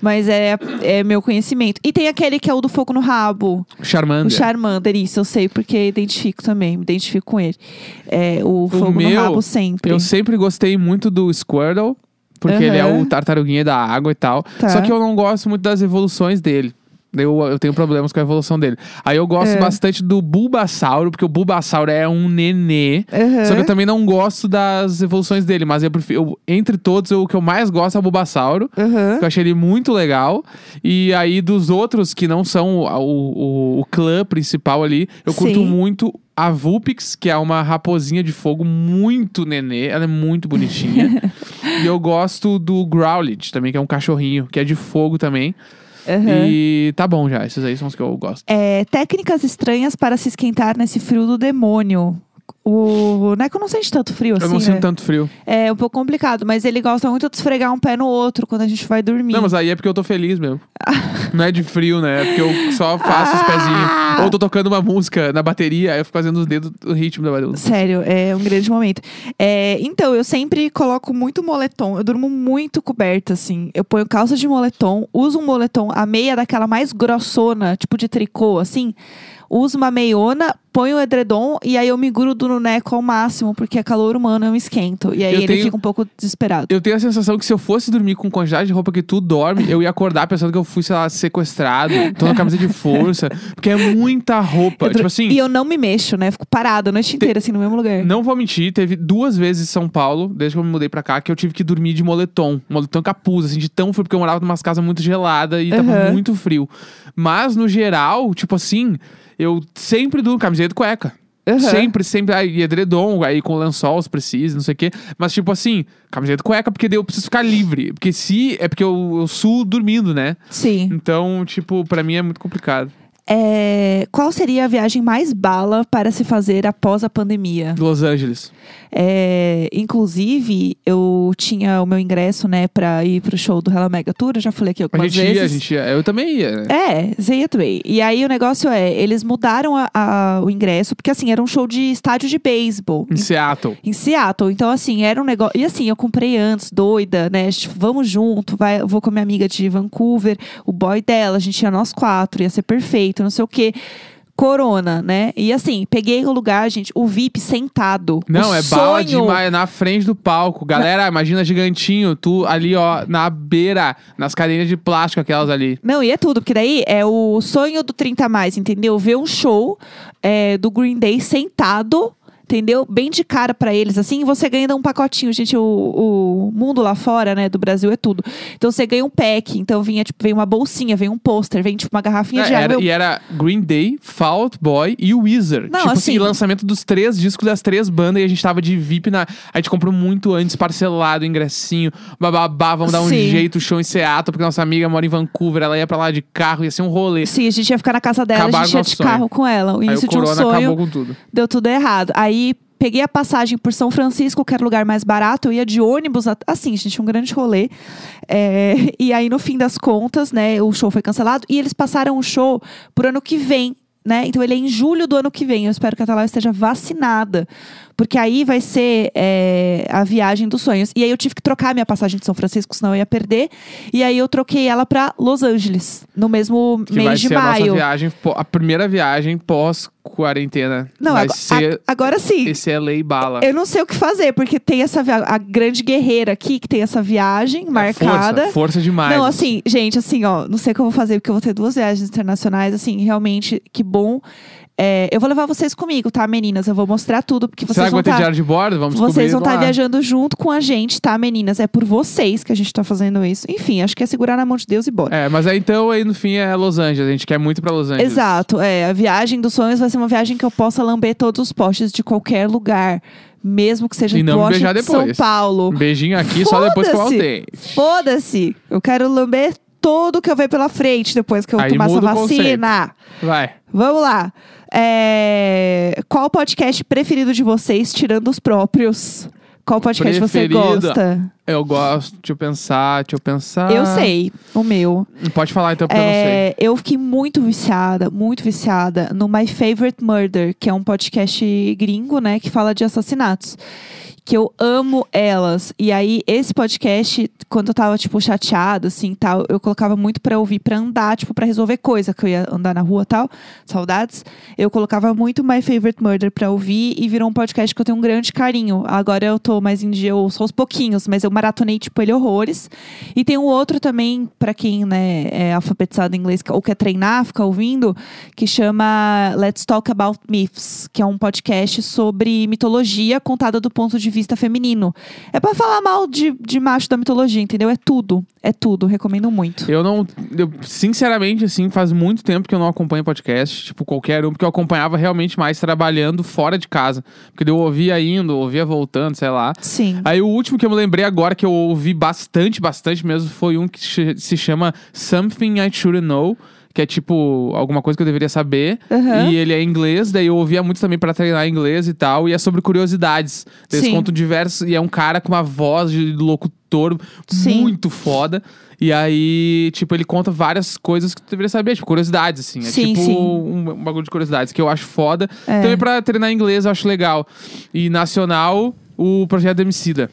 Speaker 1: Mas é, é meu conhecimento. E tem aquele que é o do fogo no rabo.
Speaker 2: Charmander.
Speaker 1: O Charmander, isso eu sei, porque identifico também, me identifico com ele. É, o, fogo
Speaker 2: meu,
Speaker 1: no rabo sempre.
Speaker 2: Eu sempre gostei muito do Squirtle, porque ele é
Speaker 1: Aham.
Speaker 2: o tartaruguinha da água e tal.
Speaker 1: Tá.
Speaker 2: Só que eu não gosto muito das evoluções dele. Eu, eu tenho problemas com a evolução dele. Aí eu gosto
Speaker 1: É.
Speaker 2: bastante do Bulbasauro, porque o Bulbasauro é um nenê.
Speaker 1: Aham.
Speaker 2: Só que eu também não gosto das evoluções dele, mas eu prefiro, eu- entre todos, eu- o que eu mais gosto é o Bulbasauro.
Speaker 1: Aham.
Speaker 2: Que eu achei ele muito legal. E aí, dos outros que não são o, o, o clã principal ali, eu curto
Speaker 1: Sim.
Speaker 2: muito a Vulpix, que é uma raposinha de fogo muito nenê. Ela é muito bonitinha. e eu gosto do Growlithe também, que é um cachorrinho, que é de fogo também.
Speaker 1: aham.
Speaker 2: E tá bom já, esses aí são os que eu gosto.
Speaker 1: É, técnicas estranhas para se esquentar nesse frio do demônio. O Neco não sente tanto frio assim,
Speaker 2: eu não
Speaker 1: né?
Speaker 2: sinto tanto frio.
Speaker 1: É um pouco complicado, mas ele gosta muito de esfregar um pé no outro quando a gente vai dormir.
Speaker 2: Não, mas aí é porque eu tô feliz mesmo. não é de frio, né? É porque eu só faço os
Speaker 1: Ah!
Speaker 2: pezinhos. Ou tô tocando uma música na bateria, aí eu fico fazendo os dedos, o ritmo da bateria.
Speaker 1: Sério, é um grande momento. É, então, eu sempre coloco muito moletom. Eu durmo muito coberta, assim. Eu ponho calça de moletom, uso um moletom, a meia daquela mais grossona, tipo de tricô, assim. Uso uma meiona, ponho o edredom e aí eu me grudo no neco ao máximo, porque é calor humano, eu me esquento. E aí
Speaker 2: Eu
Speaker 1: ele
Speaker 2: tenho-
Speaker 1: fica um pouco desesperado.
Speaker 2: Eu tenho a sensação que se eu fosse dormir com um quantidade de roupa que tu dorme, eu ia acordar pensando que eu fui, sei lá, sequestrado. Tô na camisa de força. Porque é muita roupa.
Speaker 1: Eu dro-
Speaker 2: Tipo assim.
Speaker 1: E eu não me mexo, né? Fico parada a noite inteira, assim, no mesmo lugar.
Speaker 2: Não vou mentir, teve duas vezes em São Paulo, desde que eu me mudei pra cá, que eu tive que dormir de moletom. Moletom e capuz, assim, de tão frio, porque eu morava numa casa muito gelada e tava
Speaker 1: Aham.
Speaker 2: muito frio. Mas, no geral, tipo assim, eu sempre durmo camiseta e cueca.
Speaker 1: Aham.
Speaker 2: Sempre, sempre. Aí, edredom, aí com lençol, se precisa, não sei o quê. Mas, tipo assim, camiseta e cueca, porque daí eu preciso ficar livre. Porque se. É porque eu, eu suo dormindo, né?
Speaker 1: Sim.
Speaker 2: Então, tipo, pra mim é muito complicado.
Speaker 1: É, Qual seria a viagem mais bala para se fazer após a pandemia?
Speaker 2: Los Angeles.
Speaker 1: É, inclusive, eu tinha o meu ingresso, né, pra ir pro show do Hella Mega Tour. Eu já falei aqui
Speaker 2: A
Speaker 1: algumas
Speaker 2: gente
Speaker 1: vezes.
Speaker 2: ia, a gente ia. Eu também ia, né?
Speaker 1: É, você ia também. E aí o negócio é, eles mudaram a- a- o ingresso, porque assim, era um show de estádio de beisebol.
Speaker 2: Em Seattle.
Speaker 1: Em Seattle. Então, assim, era um negócio. E assim, eu comprei antes, doida, né? Tipo, vamos junto, vai, eu vou com a minha amiga de Vancouver, o boy dela, a gente ia nós quatro, ia ser perfeito, não sei o quê. Corona, né? E assim, peguei o lugar, gente, o VIP sentado.
Speaker 2: Não,
Speaker 1: o
Speaker 2: é
Speaker 1: sonho,
Speaker 2: bala demais, na frente do palco. Galera, imagina gigantinho, tu ali, ó, na beira, nas cadeiras de plástico, aquelas ali.
Speaker 1: Não, e é tudo, porque daí é o sonho do 30 a mais, entendeu? Ver um show é, do Green Day sentado, entendeu? Bem de cara pra eles, assim, e você ganha ainda um pacotinho, gente. O, o mundo lá fora, né, do Brasil é tudo. Então você ganha um pack, então vinha, tipo, vem uma bolsinha, vem um pôster, vem tipo uma garrafinha
Speaker 2: É,
Speaker 1: de água.
Speaker 2: era-
Speaker 1: Eu-
Speaker 2: e era Green Day, Fault Boy e Wizard.
Speaker 1: Não,
Speaker 2: tipo assim,
Speaker 1: assim-
Speaker 2: lançamento dos três discos das três bandas e a gente tava de VIP na. A gente comprou muito antes, parcelado, ingressinho, bababá, vamos dar um
Speaker 1: Sim.
Speaker 2: jeito, show em Seattle, porque nossa amiga mora em Vancouver, ela ia pra lá de carro, ia ser um rolê.
Speaker 1: Sim, a gente ia ficar na casa dela, a
Speaker 2: Acabaram
Speaker 1: gente ia
Speaker 2: nosso
Speaker 1: de
Speaker 2: sonho.
Speaker 1: carro com ela. O
Speaker 2: Aí
Speaker 1: início
Speaker 2: o
Speaker 1: de um
Speaker 2: Corona
Speaker 1: sonho.
Speaker 2: acabou com tudo.
Speaker 1: deu tudo errado. Aí peguei a passagem por São Francisco, que era o lugar mais barato, eu ia de ônibus, at- assim, gente, um grande rolê. É, e aí, no fim das contas, né, o show foi cancelado e eles passaram o show pro ano que vem. Né? Então ele é em julho do ano que vem. Eu espero que até lá eu esteja vacinada. Porque aí vai ser é, a viagem dos sonhos. E aí eu tive que trocar a minha passagem de São Francisco, senão eu ia perder. E aí eu troquei ela pra Los Angeles, no mesmo
Speaker 2: Que
Speaker 1: mês
Speaker 2: vai
Speaker 1: de
Speaker 2: ser a nossa
Speaker 1: maio.
Speaker 2: viagem, po- a primeira viagem pós-quarentena.
Speaker 1: Não,
Speaker 2: vai
Speaker 1: agora,
Speaker 2: ser
Speaker 1: a- agora sim.
Speaker 2: Esse é lei bala.
Speaker 1: Eu não sei o que fazer, porque tem essa via- a grande guerreira aqui que tem essa viagem marcada.
Speaker 2: É, Força, força demais.
Speaker 1: Não, assim, gente, assim, ó, não sei o que eu vou fazer, porque eu vou ter duas viagens internacionais, assim, realmente, que bom. É, eu vou levar vocês comigo, tá, meninas? Eu vou mostrar tudo, porque vocês
Speaker 2: Será que
Speaker 1: vão
Speaker 2: vai ter
Speaker 1: tá-
Speaker 2: diário de bordo? Vamos
Speaker 1: vocês
Speaker 2: descobrir
Speaker 1: vão tá estar
Speaker 2: lá.
Speaker 1: viajando junto com a gente, tá, meninas? É por vocês que a gente tá fazendo isso. Enfim, acho que é segurar na mão de Deus e bora.
Speaker 2: É, mas aí então, aí no fim é Los Angeles. A gente quer muito pra Los Angeles.
Speaker 1: Exato, é. A viagem dos sonhos vai ser uma viagem que eu possa lamber todos os postes de qualquer lugar. Mesmo que seja
Speaker 2: E
Speaker 1: em
Speaker 2: não me beijar
Speaker 1: Washington, São
Speaker 2: depois.
Speaker 1: Paulo.
Speaker 2: Um beijinho aqui, só depois que eu
Speaker 1: Foda-se.
Speaker 2: voltei.
Speaker 1: Foda-se! Eu quero lamber tudo que eu ver pela frente depois que eu
Speaker 2: Aí
Speaker 1: tomar essa
Speaker 2: muda o conceito.
Speaker 1: vacina.
Speaker 2: Vai.
Speaker 1: Vamos lá. É, Qual podcast preferido de vocês, tirando os próprios? Qual podcast
Speaker 2: Preferido?
Speaker 1: você gosta?
Speaker 2: Eu gosto, deixa eu pensar, deixa eu pensar.
Speaker 1: Eu sei, o meu.
Speaker 2: Pode falar então, porque eu não sei.
Speaker 1: É, eu fiquei muito viciada, muito viciada no My Favorite Murder, que é um podcast gringo, né, que fala de assassinatos. Que eu amo elas. E aí, esse podcast, quando eu tava, tipo, chateada, assim, tal, eu colocava muito pra ouvir, pra andar, tipo, pra resolver coisa, que eu ia andar na rua tal, saudades. Eu colocava muito My Favorite Murder pra ouvir e virou um podcast que eu tenho um grande carinho. Agora eu tô mais em dia, eu ouço aos pouquinhos, mas eu maratonei, tipo, ele horrores. E tem um outro também, pra quem né, é alfabetizado em inglês ou quer treinar, fica ouvindo, que chama Let's Talk About Myths, que é um podcast sobre mitologia contada do ponto de vista feminino. É pra falar mal de, de macho da mitologia, entendeu? É tudo. É tudo. Recomendo muito.
Speaker 2: Eu não. eu, sinceramente, assim, faz muito tempo que eu não acompanho podcast, tipo, qualquer um, porque eu acompanhava realmente mais trabalhando fora de casa. Porque daí eu ouvia indo, ouvia voltando, sei lá.
Speaker 1: Sim.
Speaker 2: Aí o último que eu me lembrei agora, que eu ouvi bastante, bastante mesmo, foi um que che- se chama Something I Should Know. Que é tipo alguma coisa que eu deveria saber.
Speaker 1: Aham.
Speaker 2: E ele é inglês, daí eu ouvia muito também pra treinar inglês e tal. E é sobre curiosidades. Daí Eles
Speaker 1: Sim.
Speaker 2: contam diversos. E é um cara com uma voz de locutor
Speaker 1: Sim.
Speaker 2: muito foda. E aí, tipo, ele conta várias coisas que tu deveria saber, tipo, curiosidades, assim. É
Speaker 1: Sim,
Speaker 2: tipo
Speaker 1: sim.
Speaker 2: Um, um bagulho de curiosidades que eu acho foda.
Speaker 1: É.
Speaker 2: Também pra treinar inglês eu acho legal. E nacional, o projeto do Emicida.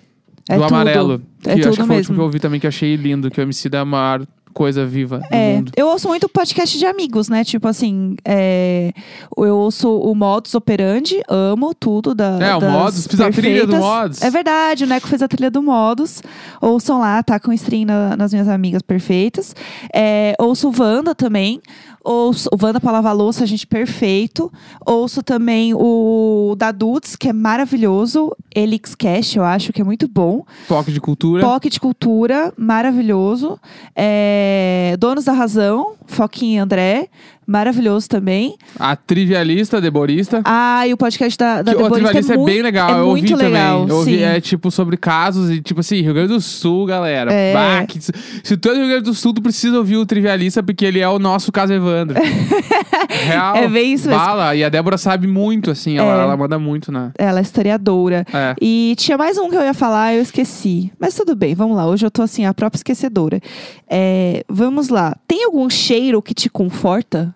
Speaker 1: É
Speaker 2: do
Speaker 1: tudo.
Speaker 2: amarelo.
Speaker 1: É
Speaker 2: que
Speaker 1: tudo
Speaker 2: eu acho que foi o último
Speaker 1: mesmo.
Speaker 2: que eu ouvi também, que eu achei lindo, que o Emicida é a maior coisa viva no
Speaker 1: É,
Speaker 2: mundo.
Speaker 1: eu ouço muito podcast de amigos, né? Tipo assim, é, eu ouço o Modus Operandi, amo tudo da.
Speaker 2: É, o
Speaker 1: das
Speaker 2: Modus, fiz a trilha do
Speaker 1: perfeitas.
Speaker 2: Modus.
Speaker 1: É verdade, o Neco fez a trilha do Modus. Ouçam lá, tá com stream na- nas minhas amigas perfeitas. É, ouço o Wanda também. Ouço o Wanda pra lavar louça, gente, perfeito. Ouço também o da Dudes, que é maravilhoso. Elix Cash, eu acho que é muito bom.
Speaker 2: Toque de cultura.
Speaker 1: Pocket Cultura, maravilhoso. É, Donos da Razão, Foquinha e André, maravilhoso também.
Speaker 2: A trivialista, deborista.
Speaker 1: Ah, e o podcast da, da
Speaker 2: Que o
Speaker 1: Deborista
Speaker 2: trivialista é,
Speaker 1: muito,
Speaker 2: bem legal.
Speaker 1: é
Speaker 2: eu ouvi
Speaker 1: muito legal,
Speaker 2: também. Eu ouvi,
Speaker 1: sim.
Speaker 2: é tipo sobre casos e tipo assim, Rio Grande do Sul, galera.
Speaker 1: É.
Speaker 2: Bah, que- se tu é do Rio Grande do Sul, tu precisa ouvir o trivialista, porque ele é o nosso caso Evandro. Real.
Speaker 1: É bem isso mesmo.
Speaker 2: Bala. E a Débora sabe muito, assim, ela, ela manda muito, né?
Speaker 1: Ela é historiadora.
Speaker 2: É.
Speaker 1: E tinha mais um que eu ia falar, eu esqueci. Mas tudo bem, vamos lá. Hoje eu tô assim, a própria esquecedora. É, vamos lá. Tem algum cheiro que te conforta?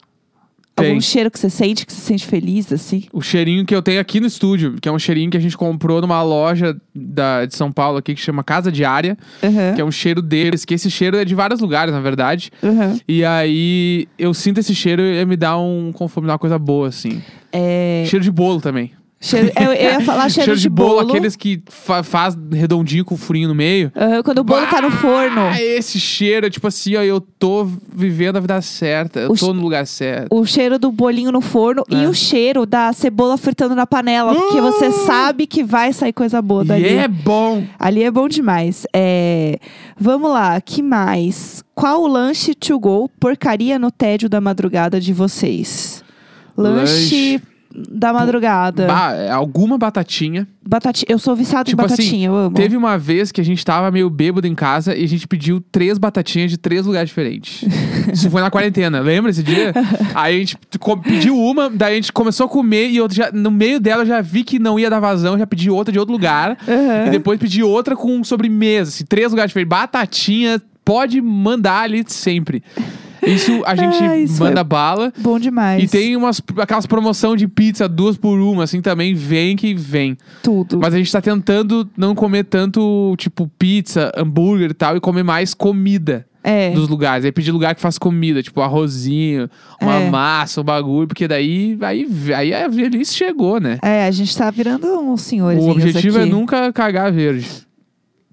Speaker 2: Tem.
Speaker 1: Algum cheiro que você sente, que você sente feliz, assim?
Speaker 2: O cheirinho que eu tenho aqui no estúdio, que é um cheirinho que a gente comprou numa loja da, de São Paulo aqui que chama Casa Diária,
Speaker 1: Uhum,
Speaker 2: que é um cheiro deles, que esse cheiro é de vários lugares, na verdade.
Speaker 1: uhum.
Speaker 2: E aí eu sinto esse cheiro e me dá um conforme, me dá uma coisa boa, assim.
Speaker 1: É,
Speaker 2: Cheiro de bolo também.
Speaker 1: cheiro- eu, eu ia falar cheiro,
Speaker 2: de bolo, aqueles que fa- faz redondinho com furinho no meio.
Speaker 1: Aham, quando o bolo tá no forno.
Speaker 2: Ah, esse cheiro, é tipo assim, ó, eu tô vivendo a vida certa, eu
Speaker 1: O
Speaker 2: tô
Speaker 1: che-
Speaker 2: no lugar certo.
Speaker 1: O cheiro do bolinho no forno e
Speaker 2: É. Hum!
Speaker 1: o cheiro da cebola fritando na panela, porque você sabe que vai sair coisa boa
Speaker 2: e
Speaker 1: dali.
Speaker 2: é bom.
Speaker 1: Ali é bom demais. É, Vamos lá, que mais? Qual o lanche to go porcaria no tédio da madrugada de vocês? Lanche, da madrugada.
Speaker 2: Ba- alguma batatinha.
Speaker 1: Batati... Eu sou viciada
Speaker 2: Tipo
Speaker 1: em
Speaker 2: assim,
Speaker 1: batatinha, eu amo.
Speaker 2: Teve uma vez que a gente tava meio bêbado em casa e a gente pediu três batatinhas de três lugares diferentes. Isso foi na quarentena, lembra esse dia? Aí a gente co- pediu uma, daí a gente começou a comer e eu já, no meio dela eu já vi que não ia dar vazão, já pedi outra de outro lugar.
Speaker 1: Aham.
Speaker 2: E depois pedi outra com sobremesa, assim, três lugares diferentes. Batatinha, pode mandar ali sempre. Isso a gente
Speaker 1: Ah, isso
Speaker 2: manda bala.
Speaker 1: Bom demais.
Speaker 2: E tem umas, aquelas promoção de pizza, duas por uma, assim, também vem que vem.
Speaker 1: tudo.
Speaker 2: Mas a gente tá tentando não comer tanto, tipo, pizza, hambúrguer e tal, e comer mais comida
Speaker 1: É.
Speaker 2: dos lugares. Aí pedir lugar que faz comida, tipo, arrozinho, uma
Speaker 1: É.
Speaker 2: massa, um bagulho, porque daí aí, aí a velhice chegou, né?
Speaker 1: É, a gente tá virando uns senhores.
Speaker 2: O objetivo
Speaker 1: aqui.
Speaker 2: é nunca cagar verde.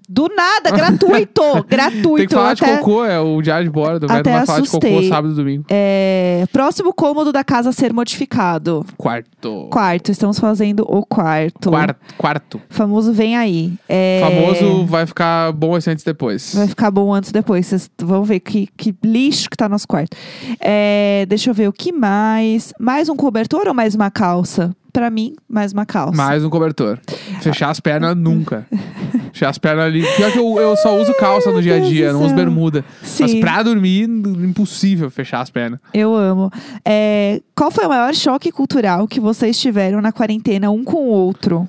Speaker 1: Do nada, gratuito! gratuito.
Speaker 2: Tem que falar
Speaker 1: eu até...
Speaker 2: de cocô, é o diário de bordo. do
Speaker 1: até
Speaker 2: Beto vai falar de cocô
Speaker 1: assustei.
Speaker 2: sábado e domingo.
Speaker 1: É, próximo cômodo da casa a ser modificado.
Speaker 2: Quarto.
Speaker 1: Quarto, estamos fazendo o quarto.
Speaker 2: Quarto. Quarto.
Speaker 1: Famoso vem aí. É,
Speaker 2: Famoso vai ficar bom assim antes e depois.
Speaker 1: Vai ficar bom antes e depois. Vocês vão ver que, que lixo que tá nosso quarto. É, deixa eu ver o que mais. Mais um cobertor ou mais uma calça? Pra mim, mais uma calça.
Speaker 2: Mais um cobertor. Fechar as pernas nunca. Fechar as pernas ali. Pior que eu, eu só uso calça no dia a
Speaker 1: Deus
Speaker 2: dia,
Speaker 1: do
Speaker 2: não uso
Speaker 1: céu.
Speaker 2: bermuda. Mas
Speaker 1: Sim,
Speaker 2: pra dormir, n- impossível fechar as pernas.
Speaker 1: eu amo. É, qual foi o maior choque cultural que vocês tiveram na quarentena um com o outro?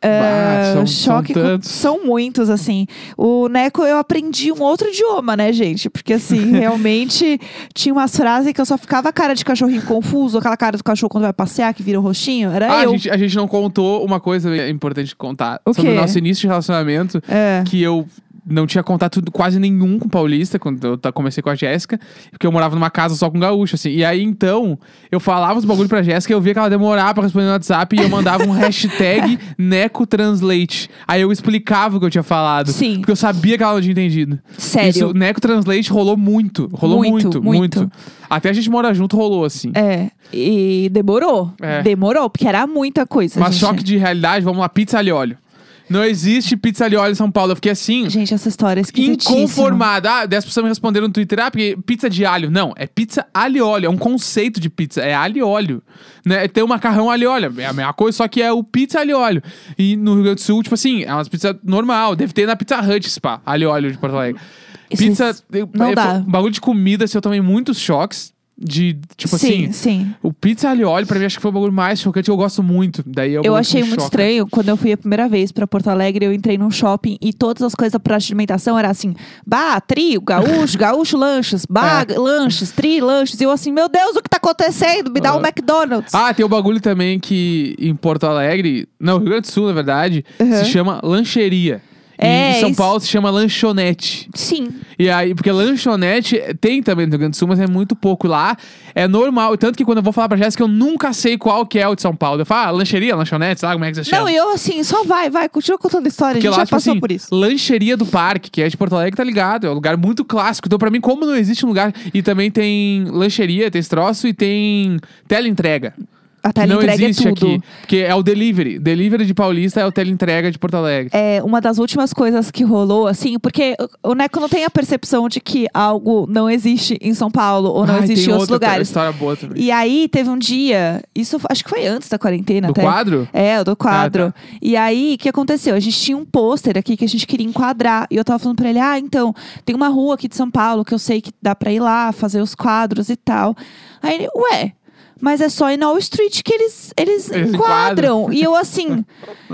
Speaker 1: É,
Speaker 2: Bah, são,
Speaker 1: choque
Speaker 2: são
Speaker 1: cu-
Speaker 2: tantos.
Speaker 1: são muitos, assim. O Neco, eu aprendi um outro idioma, né, gente? Porque, assim, realmente tinha umas frases que eu só ficava a cara de cachorrinho confuso, aquela cara do cachorro quando vai passear, que vira o roxinho. Era
Speaker 2: Ah, a
Speaker 1: eu.
Speaker 2: gente, a gente não contou uma coisa importante contar.
Speaker 1: O
Speaker 2: Sobre o
Speaker 1: quê?
Speaker 2: nosso início de relacionamento,
Speaker 1: É.
Speaker 2: que eu não tinha contato quase nenhum com paulista quando eu ta- comecei com a Jéssica, porque eu morava numa casa só com gaúcho, assim. E aí então, eu falava os bagulho pra Jéssica, eu via que ela demorava pra responder no WhatsApp e eu mandava um hashtag NecoTranslate. Aí eu explicava o que eu tinha falado.
Speaker 1: Sim.
Speaker 2: Porque eu sabia que ela não tinha entendido.
Speaker 1: Sério.
Speaker 2: Isso, Neco Translate rolou muito. Rolou
Speaker 1: Muito,
Speaker 2: muito,
Speaker 1: muito.
Speaker 2: Até a gente morar junto rolou, assim.
Speaker 1: É. E demorou.
Speaker 2: É.
Speaker 1: Demorou, porque era muita coisa.
Speaker 2: Mas
Speaker 1: gente.
Speaker 2: choque de realidade, vamos lá, pizza ali óleo. Não existe pizza ali óleo em São Paulo. Eu fiquei assim.
Speaker 1: Gente, essa história é esquisitíssima.
Speaker 2: Inconformado. Ah, 10 pessoas me responderam no Twitter, ah, porque pizza de alho. Não, é pizza alho e óleo. É um conceito de pizza. É alho e óleo. Né? Tem o macarrão alho e óleo. É a mesma coisa, só que é o pizza alho e óleo. E no Rio Grande do Sul, tipo assim, é umas pizzas normal. Deve ter na Pizza Hut, spa, alho e óleo de Porto Alegre.
Speaker 1: Isso
Speaker 2: pizza. eu-
Speaker 1: não
Speaker 2: eu-
Speaker 1: dá.
Speaker 2: Bagulho de comida, assim, eu tomei muitos choques. De, tipo
Speaker 1: sim,
Speaker 2: assim.
Speaker 1: sim.
Speaker 2: O pizza alho e óleo, pra mim, acho que foi o bagulho mais chocante. Eu gosto muito. Daí é o
Speaker 1: Eu
Speaker 2: bagulho que
Speaker 1: achei
Speaker 2: me
Speaker 1: muito
Speaker 2: choca.
Speaker 1: estranho quando eu fui a primeira vez pra Porto Alegre, eu entrei num shopping e todas as coisas pra alimentação era assim: bah, tri, gaúcho, gaúcho, lanches, bah,
Speaker 2: É.
Speaker 1: lanches, tri, lanches. E eu assim, meu Deus, o que tá acontecendo? Me dá um
Speaker 2: Ah.
Speaker 1: McDonald's.
Speaker 2: Ah, tem o bagulho também que em Porto Alegre, não, Rio Grande do Sul, na verdade,
Speaker 1: Uhum.
Speaker 2: se chama lancheria. E
Speaker 1: É,
Speaker 2: em São
Speaker 1: isso.
Speaker 2: Paulo se chama lanchonete.
Speaker 1: Sim.
Speaker 2: E aí, porque lanchonete tem também no Rio Grande do Sul, mas é muito pouco lá. É normal. Tanto que quando eu vou falar pra Jéssica, eu nunca sei qual que é o de São Paulo. Eu falo, ah, lancheria, lanchonete, sei lá como é que você chama.
Speaker 1: Não, e eu assim, só vai, vai, continua contando a história,
Speaker 2: Porque
Speaker 1: a gente
Speaker 2: lá,
Speaker 1: já
Speaker 2: tipo
Speaker 1: passou
Speaker 2: assim,
Speaker 1: por isso.
Speaker 2: Lancheria do Parque, que é de Porto Alegre, tá ligado? É um lugar muito clássico. Então, pra mim, como não existe um lugar. E também tem lancheria, tem esse troço, e tem teleentrega.
Speaker 1: A
Speaker 2: Que não
Speaker 1: teleentrega é
Speaker 2: existe
Speaker 1: tudo.
Speaker 2: aqui. Porque é o delivery. Delivery de Paulista é o teleentrega de Porto Alegre.
Speaker 1: É, uma das últimas coisas que rolou, assim, porque o o Neco não tem a percepção de que algo não existe em São Paulo ou não
Speaker 2: Ai,
Speaker 1: existe
Speaker 2: tem
Speaker 1: em outros
Speaker 2: outra
Speaker 1: lugares.
Speaker 2: História boa também.
Speaker 1: E aí teve um dia, isso f- acho que foi antes da quarentena
Speaker 2: Do
Speaker 1: até.
Speaker 2: quadro?
Speaker 1: É, o do quadro.
Speaker 2: Ah,
Speaker 1: E aí, o que aconteceu? A gente tinha um pôster aqui que a gente queria enquadrar. E eu tava falando pra ele, ah, então, tem uma rua aqui de São Paulo que eu sei que dá pra ir lá, fazer os quadros e tal. Aí ele, ué, mas é só ir na Wall Street que eles, eles,
Speaker 2: Eles
Speaker 1: enquadram. E eu assim.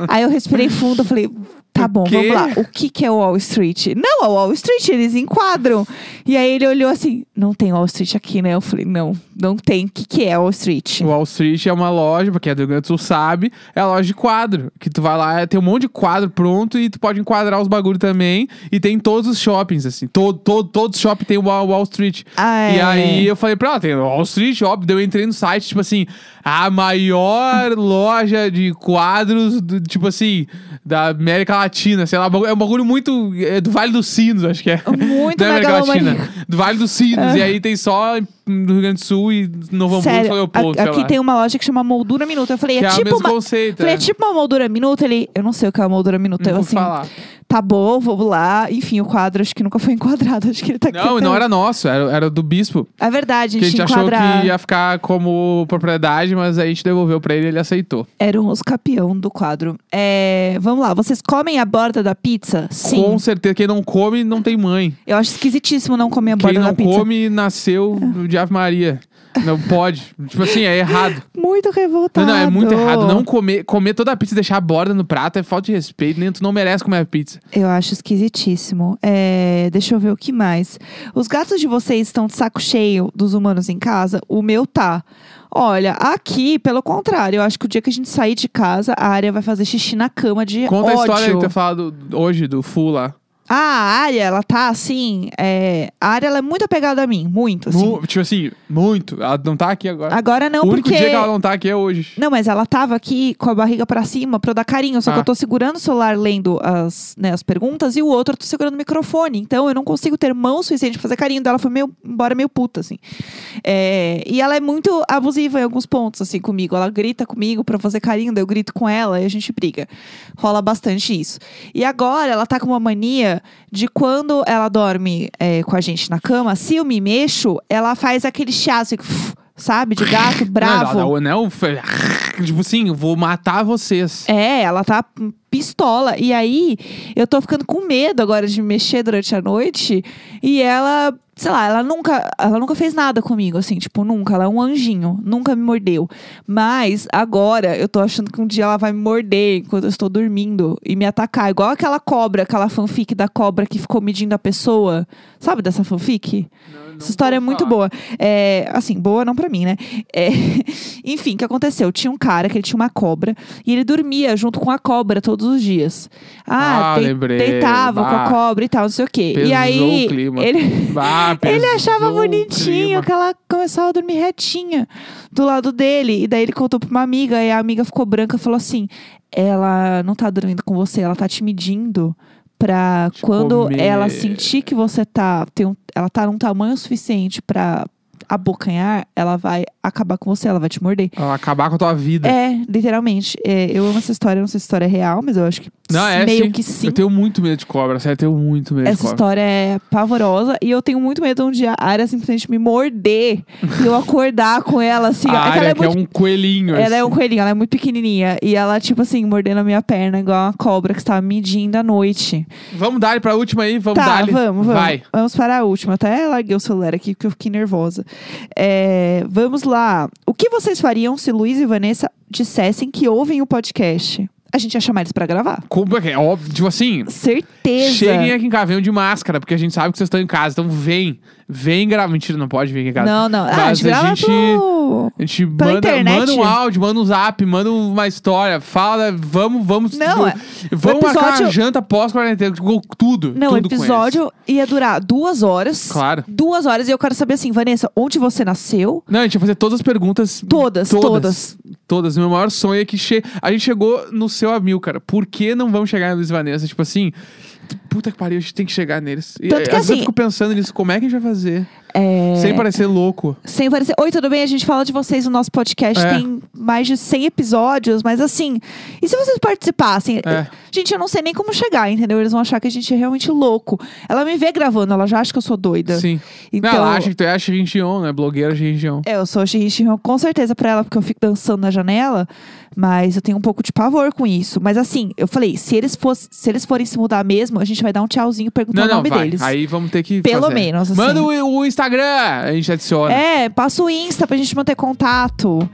Speaker 1: aí eu respirei fundo, eu falei. Tá bom,
Speaker 2: quê?
Speaker 1: vamos lá. O que, que é Wall Street? Não, a Wall Street, eles enquadram. E aí ele olhou assim: não tem Wall Street aqui, né? Eu falei: não, não tem. O que, que é Wall Street?
Speaker 2: Wall Street é uma loja, pra quem é do Rio Grande do Sul sabe, é a loja de quadro. Que tu vai lá, tem um monte de quadro pronto e tu pode enquadrar os bagulho também. E tem em todos os shoppings, assim. Todo, todo, todo shopping tem o Wall Wall Street.
Speaker 1: Ah,
Speaker 2: E
Speaker 1: é.
Speaker 2: aí eu falei pra ela, tem Wall Street, óbvio. Daí eu entrei no site, tipo assim, a maior loja de quadros, do- tipo assim, da América Latina, sei lá. bagu- É um bagulho muito. É do Vale dos Sinos, acho que é.
Speaker 1: Muito
Speaker 2: da América
Speaker 1: megalomania.
Speaker 2: Latina. Do Vale dos Sinos. E aí tem só no Rio Grande do Sul e Novo Hamburgo, São
Speaker 1: Sério,
Speaker 2: Leopoldo,
Speaker 1: a-
Speaker 2: sei
Speaker 1: aqui
Speaker 2: lá.
Speaker 1: tem uma loja que chama Moldura Minuto. Eu falei,
Speaker 2: Que
Speaker 1: é,
Speaker 2: é o
Speaker 1: tipo
Speaker 2: mesmo
Speaker 1: uma.
Speaker 2: conceito,
Speaker 1: falei, é
Speaker 2: é.
Speaker 1: tipo uma moldura minuto. Ele, eu não sei o que é uma moldura minuto.
Speaker 2: Não
Speaker 1: eu
Speaker 2: vou
Speaker 1: assim,
Speaker 2: falar.
Speaker 1: tá bom, vamos lá. Enfim, o quadro acho que nunca foi enquadrado. Acho que ele tá aqui.
Speaker 2: Não,
Speaker 1: até
Speaker 2: não
Speaker 1: hoje.
Speaker 2: era nosso, era, era do bispo.
Speaker 1: É verdade, a
Speaker 2: Que a
Speaker 1: gente,
Speaker 2: gente
Speaker 1: tinha
Speaker 2: achou
Speaker 1: enquadrar.
Speaker 2: que ia ficar como propriedade, mas aí a gente devolveu pra ele e ele aceitou.
Speaker 1: Eram os um campeão do quadro. É, vamos lá, vocês comem a borda da pizza? Sim.
Speaker 2: Com certeza, quem não come não tem mãe.
Speaker 1: Eu acho esquisitíssimo não comer a
Speaker 2: Quem
Speaker 1: borda da
Speaker 2: não
Speaker 1: pizza. É.
Speaker 2: come nasceu de Ave Maria. Não pode. tipo assim, é errado.
Speaker 1: Muito
Speaker 2: Não,
Speaker 1: revoltado.
Speaker 2: não, é muito errado. Não comer, comer toda a pizza e deixar a borda no prato é falta de respeito, nem tu não merece comer a pizza.
Speaker 1: Eu acho esquisitíssimo. É, deixa eu ver o que mais. Os gatos de vocês estão de saco cheio dos humanos em casa? O meu tá. Olha, aqui, pelo contrário, eu acho que o dia que a gente sair de casa, a área vai fazer xixi na cama de
Speaker 2: Conta
Speaker 1: ódio.
Speaker 2: a história então. que tu falado hoje do Fu lá.
Speaker 1: Ah, a área, ela tá assim. é, a área ela é muito apegada a mim, muito. Assim.
Speaker 2: Mu- tipo assim, muito. Ela não tá aqui agora.
Speaker 1: Agora Ah, não,
Speaker 2: o único
Speaker 1: porque.
Speaker 2: dia que ela não tá aqui é hoje.
Speaker 1: Não, mas ela tava aqui com a barriga pra cima pra eu dar carinho. Só que
Speaker 2: Ah.
Speaker 1: eu tô segurando o celular lendo as, né, as perguntas e o outro eu tô segurando o microfone. Então eu não consigo ter mão suficiente pra fazer carinho. Daí ela foi meio, embora meio puta, assim. É, e ela é muito abusiva em alguns pontos, assim, comigo. Ela grita comigo pra eu fazer carinho, daí eu grito com ela e a gente briga. Rola bastante isso. E agora ela tá com uma mania de quando ela dorme é, com a gente na cama, se eu me mexo, ela faz aquele chiaço, sabe? De gato bravo.
Speaker 2: Não, não, não, não, tipo assim, eu vou matar vocês.
Speaker 1: É, ela tá pistola. E aí, eu tô ficando com medo agora de me mexer durante a noite. E ela, sei lá, ela nunca, ela nunca fez nada comigo, assim, tipo, nunca. Ela é um anjinho, nunca me mordeu. Mas agora eu tô achando que um dia ela vai me morder enquanto eu estou dormindo e me atacar. Igual aquela cobra, aquela fanfic da cobra que ficou medindo a pessoa. Sabe dessa fanfic? Essa história é muito boa. É, assim, boa não pra mim, né? É, enfim, o que aconteceu? Tinha um cara que ele tinha uma cobra e ele dormia junto com a cobra todos os dias. Ah,
Speaker 2: Ah,
Speaker 1: dei-
Speaker 2: lembrei.
Speaker 1: deitava com a
Speaker 2: Bah.
Speaker 1: cobra e tal, não sei o quê.
Speaker 2: Pesou
Speaker 1: e aí
Speaker 2: o clima.
Speaker 1: ele
Speaker 2: Bah,
Speaker 1: ele
Speaker 2: pesou
Speaker 1: achava
Speaker 2: o
Speaker 1: bonitinho
Speaker 2: clima.
Speaker 1: que ela começava a dormir retinha do lado dele. E daí ele contou pra uma amiga, e a amiga ficou branca e falou assim: Ela não tá dormindo com você, ela tá te medindo pra
Speaker 2: Te
Speaker 1: quando
Speaker 2: comer."
Speaker 1: ela sentir que você tá. Tem um- ela tá num tamanho suficiente pra abocanhar, ela vai acabar com você, ela vai te morder.
Speaker 2: Ela acabar com a tua vida.
Speaker 1: É, literalmente. É, eu amo essa história, eu não sei se a história é real, mas eu acho que
Speaker 2: Não, é
Speaker 1: meio
Speaker 2: sim.
Speaker 1: que sim.
Speaker 2: Eu tenho muito medo de cobra, sério, eu tenho muito medo
Speaker 1: Essa
Speaker 2: de cobra.
Speaker 1: história é pavorosa e eu tenho muito medo de um dia a área simplesmente me morder e eu acordar com ela assim. ó.
Speaker 2: a
Speaker 1: É que
Speaker 2: área
Speaker 1: ela é
Speaker 2: que é
Speaker 1: muito.
Speaker 2: um coelhinho.
Speaker 1: Ela é um
Speaker 2: assim.
Speaker 1: coelhinho, ela é muito pequenininha. E ela, tipo assim, mordendo a minha perna, igual uma cobra que estava medindo à noite.
Speaker 2: Vamos dar pra última aí, vamos
Speaker 1: um tá,
Speaker 2: dar.
Speaker 1: vamos, vamos.
Speaker 2: Vai.
Speaker 1: Vamos para a última. Até larguei o celular aqui porque eu fiquei nervosa. É, vamos lá. O que vocês fariam se Luiz e Vanessa dissessem que ouvem o podcast? A gente ia chamar eles pra gravar.
Speaker 2: Como é que é? Óbvio, tipo assim,
Speaker 1: Certeza.
Speaker 2: cheguem aqui em casa, venham de máscara, porque a gente sabe que vocês estão em casa, então vem. Vem gravar. Mentira, não pode vir aqui em casa.
Speaker 1: Não, não. Ah, a
Speaker 2: Mas
Speaker 1: gente grava pro-
Speaker 2: A gente
Speaker 1: Pela
Speaker 2: manda,
Speaker 1: internet.
Speaker 2: manda um áudio, manda um zap, manda uma história, fala, vamos, vamos.
Speaker 1: Não, é-
Speaker 2: vamos
Speaker 1: o
Speaker 2: marcar uma
Speaker 1: episódio-
Speaker 2: janta pós-quarentena, tipo, tudo.
Speaker 1: Não, o
Speaker 2: tudo com eles.
Speaker 1: episódio ia durar duas horas.
Speaker 2: Claro.
Speaker 1: Duas horas. E eu quero saber assim, Vanessa, onde você nasceu?
Speaker 2: Não, a gente ia fazer todas as perguntas.
Speaker 1: Todas,
Speaker 2: Todas. Todas. Meu maior sonho é que che... a gente chegou no seu Amil, cara. Por que não vamos chegar na Luiz e Vanessa? Tipo assim, puta que pariu, a gente tem que chegar neles. E,
Speaker 1: Tanto
Speaker 2: eh,
Speaker 1: que,
Speaker 2: às vezes eu
Speaker 1: assim,
Speaker 2: fico pensando nisso, como é que a gente vai fazer?
Speaker 1: É,
Speaker 2: Sem parecer louco.
Speaker 1: Sem parecer. Oi, tudo bem? A gente fala de vocês. O nosso podcast
Speaker 2: É.
Speaker 1: tem mais de 100 episódios, mas assim. E se vocês participassem?
Speaker 2: É.
Speaker 1: Gente, eu não sei nem como chegar, entendeu? Eles vão achar que a gente é realmente louco. Ela me vê gravando, ela já acha que eu sou doida.
Speaker 2: Sim.
Speaker 1: Então.
Speaker 2: Ela assim. acha que tu é a Xinjiang, né? Blogueira Xinjiang.
Speaker 1: É, eu sou xirrinchirrão com certeza pra ela, porque eu fico dançando na janela, mas eu tenho um pouco de pavor com isso. Mas assim, eu falei, se eles, fosse, se eles forem se mudar mesmo, a gente vai dar um tchauzinho perguntando
Speaker 2: Não,
Speaker 1: o
Speaker 2: não,
Speaker 1: nome
Speaker 2: vai.
Speaker 1: deles.
Speaker 2: Aí vamos ter que
Speaker 1: Pelo
Speaker 2: fazer.
Speaker 1: menos, assim.
Speaker 2: Manda o, o Instagram, a gente adiciona.
Speaker 1: É, passa o Insta pra gente manter contato.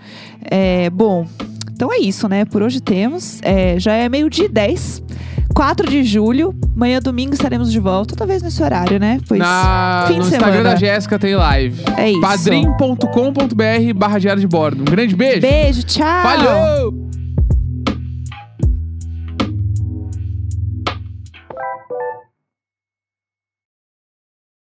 Speaker 1: É, bom, então é isso, né? Por hoje temos. É, já é meio-dia e 10, 4 de julho. Amanhã, domingo, estaremos de volta. Talvez nesse horário, né? Pois.
Speaker 2: Na,
Speaker 1: Fim
Speaker 2: no
Speaker 1: de
Speaker 2: Instagram
Speaker 1: semana.
Speaker 2: da Jéssica tem live.
Speaker 1: É isso.
Speaker 2: Padrim.com.br barra diário de bordo. Um grande beijo.
Speaker 1: Beijo, tchau!
Speaker 2: Falou!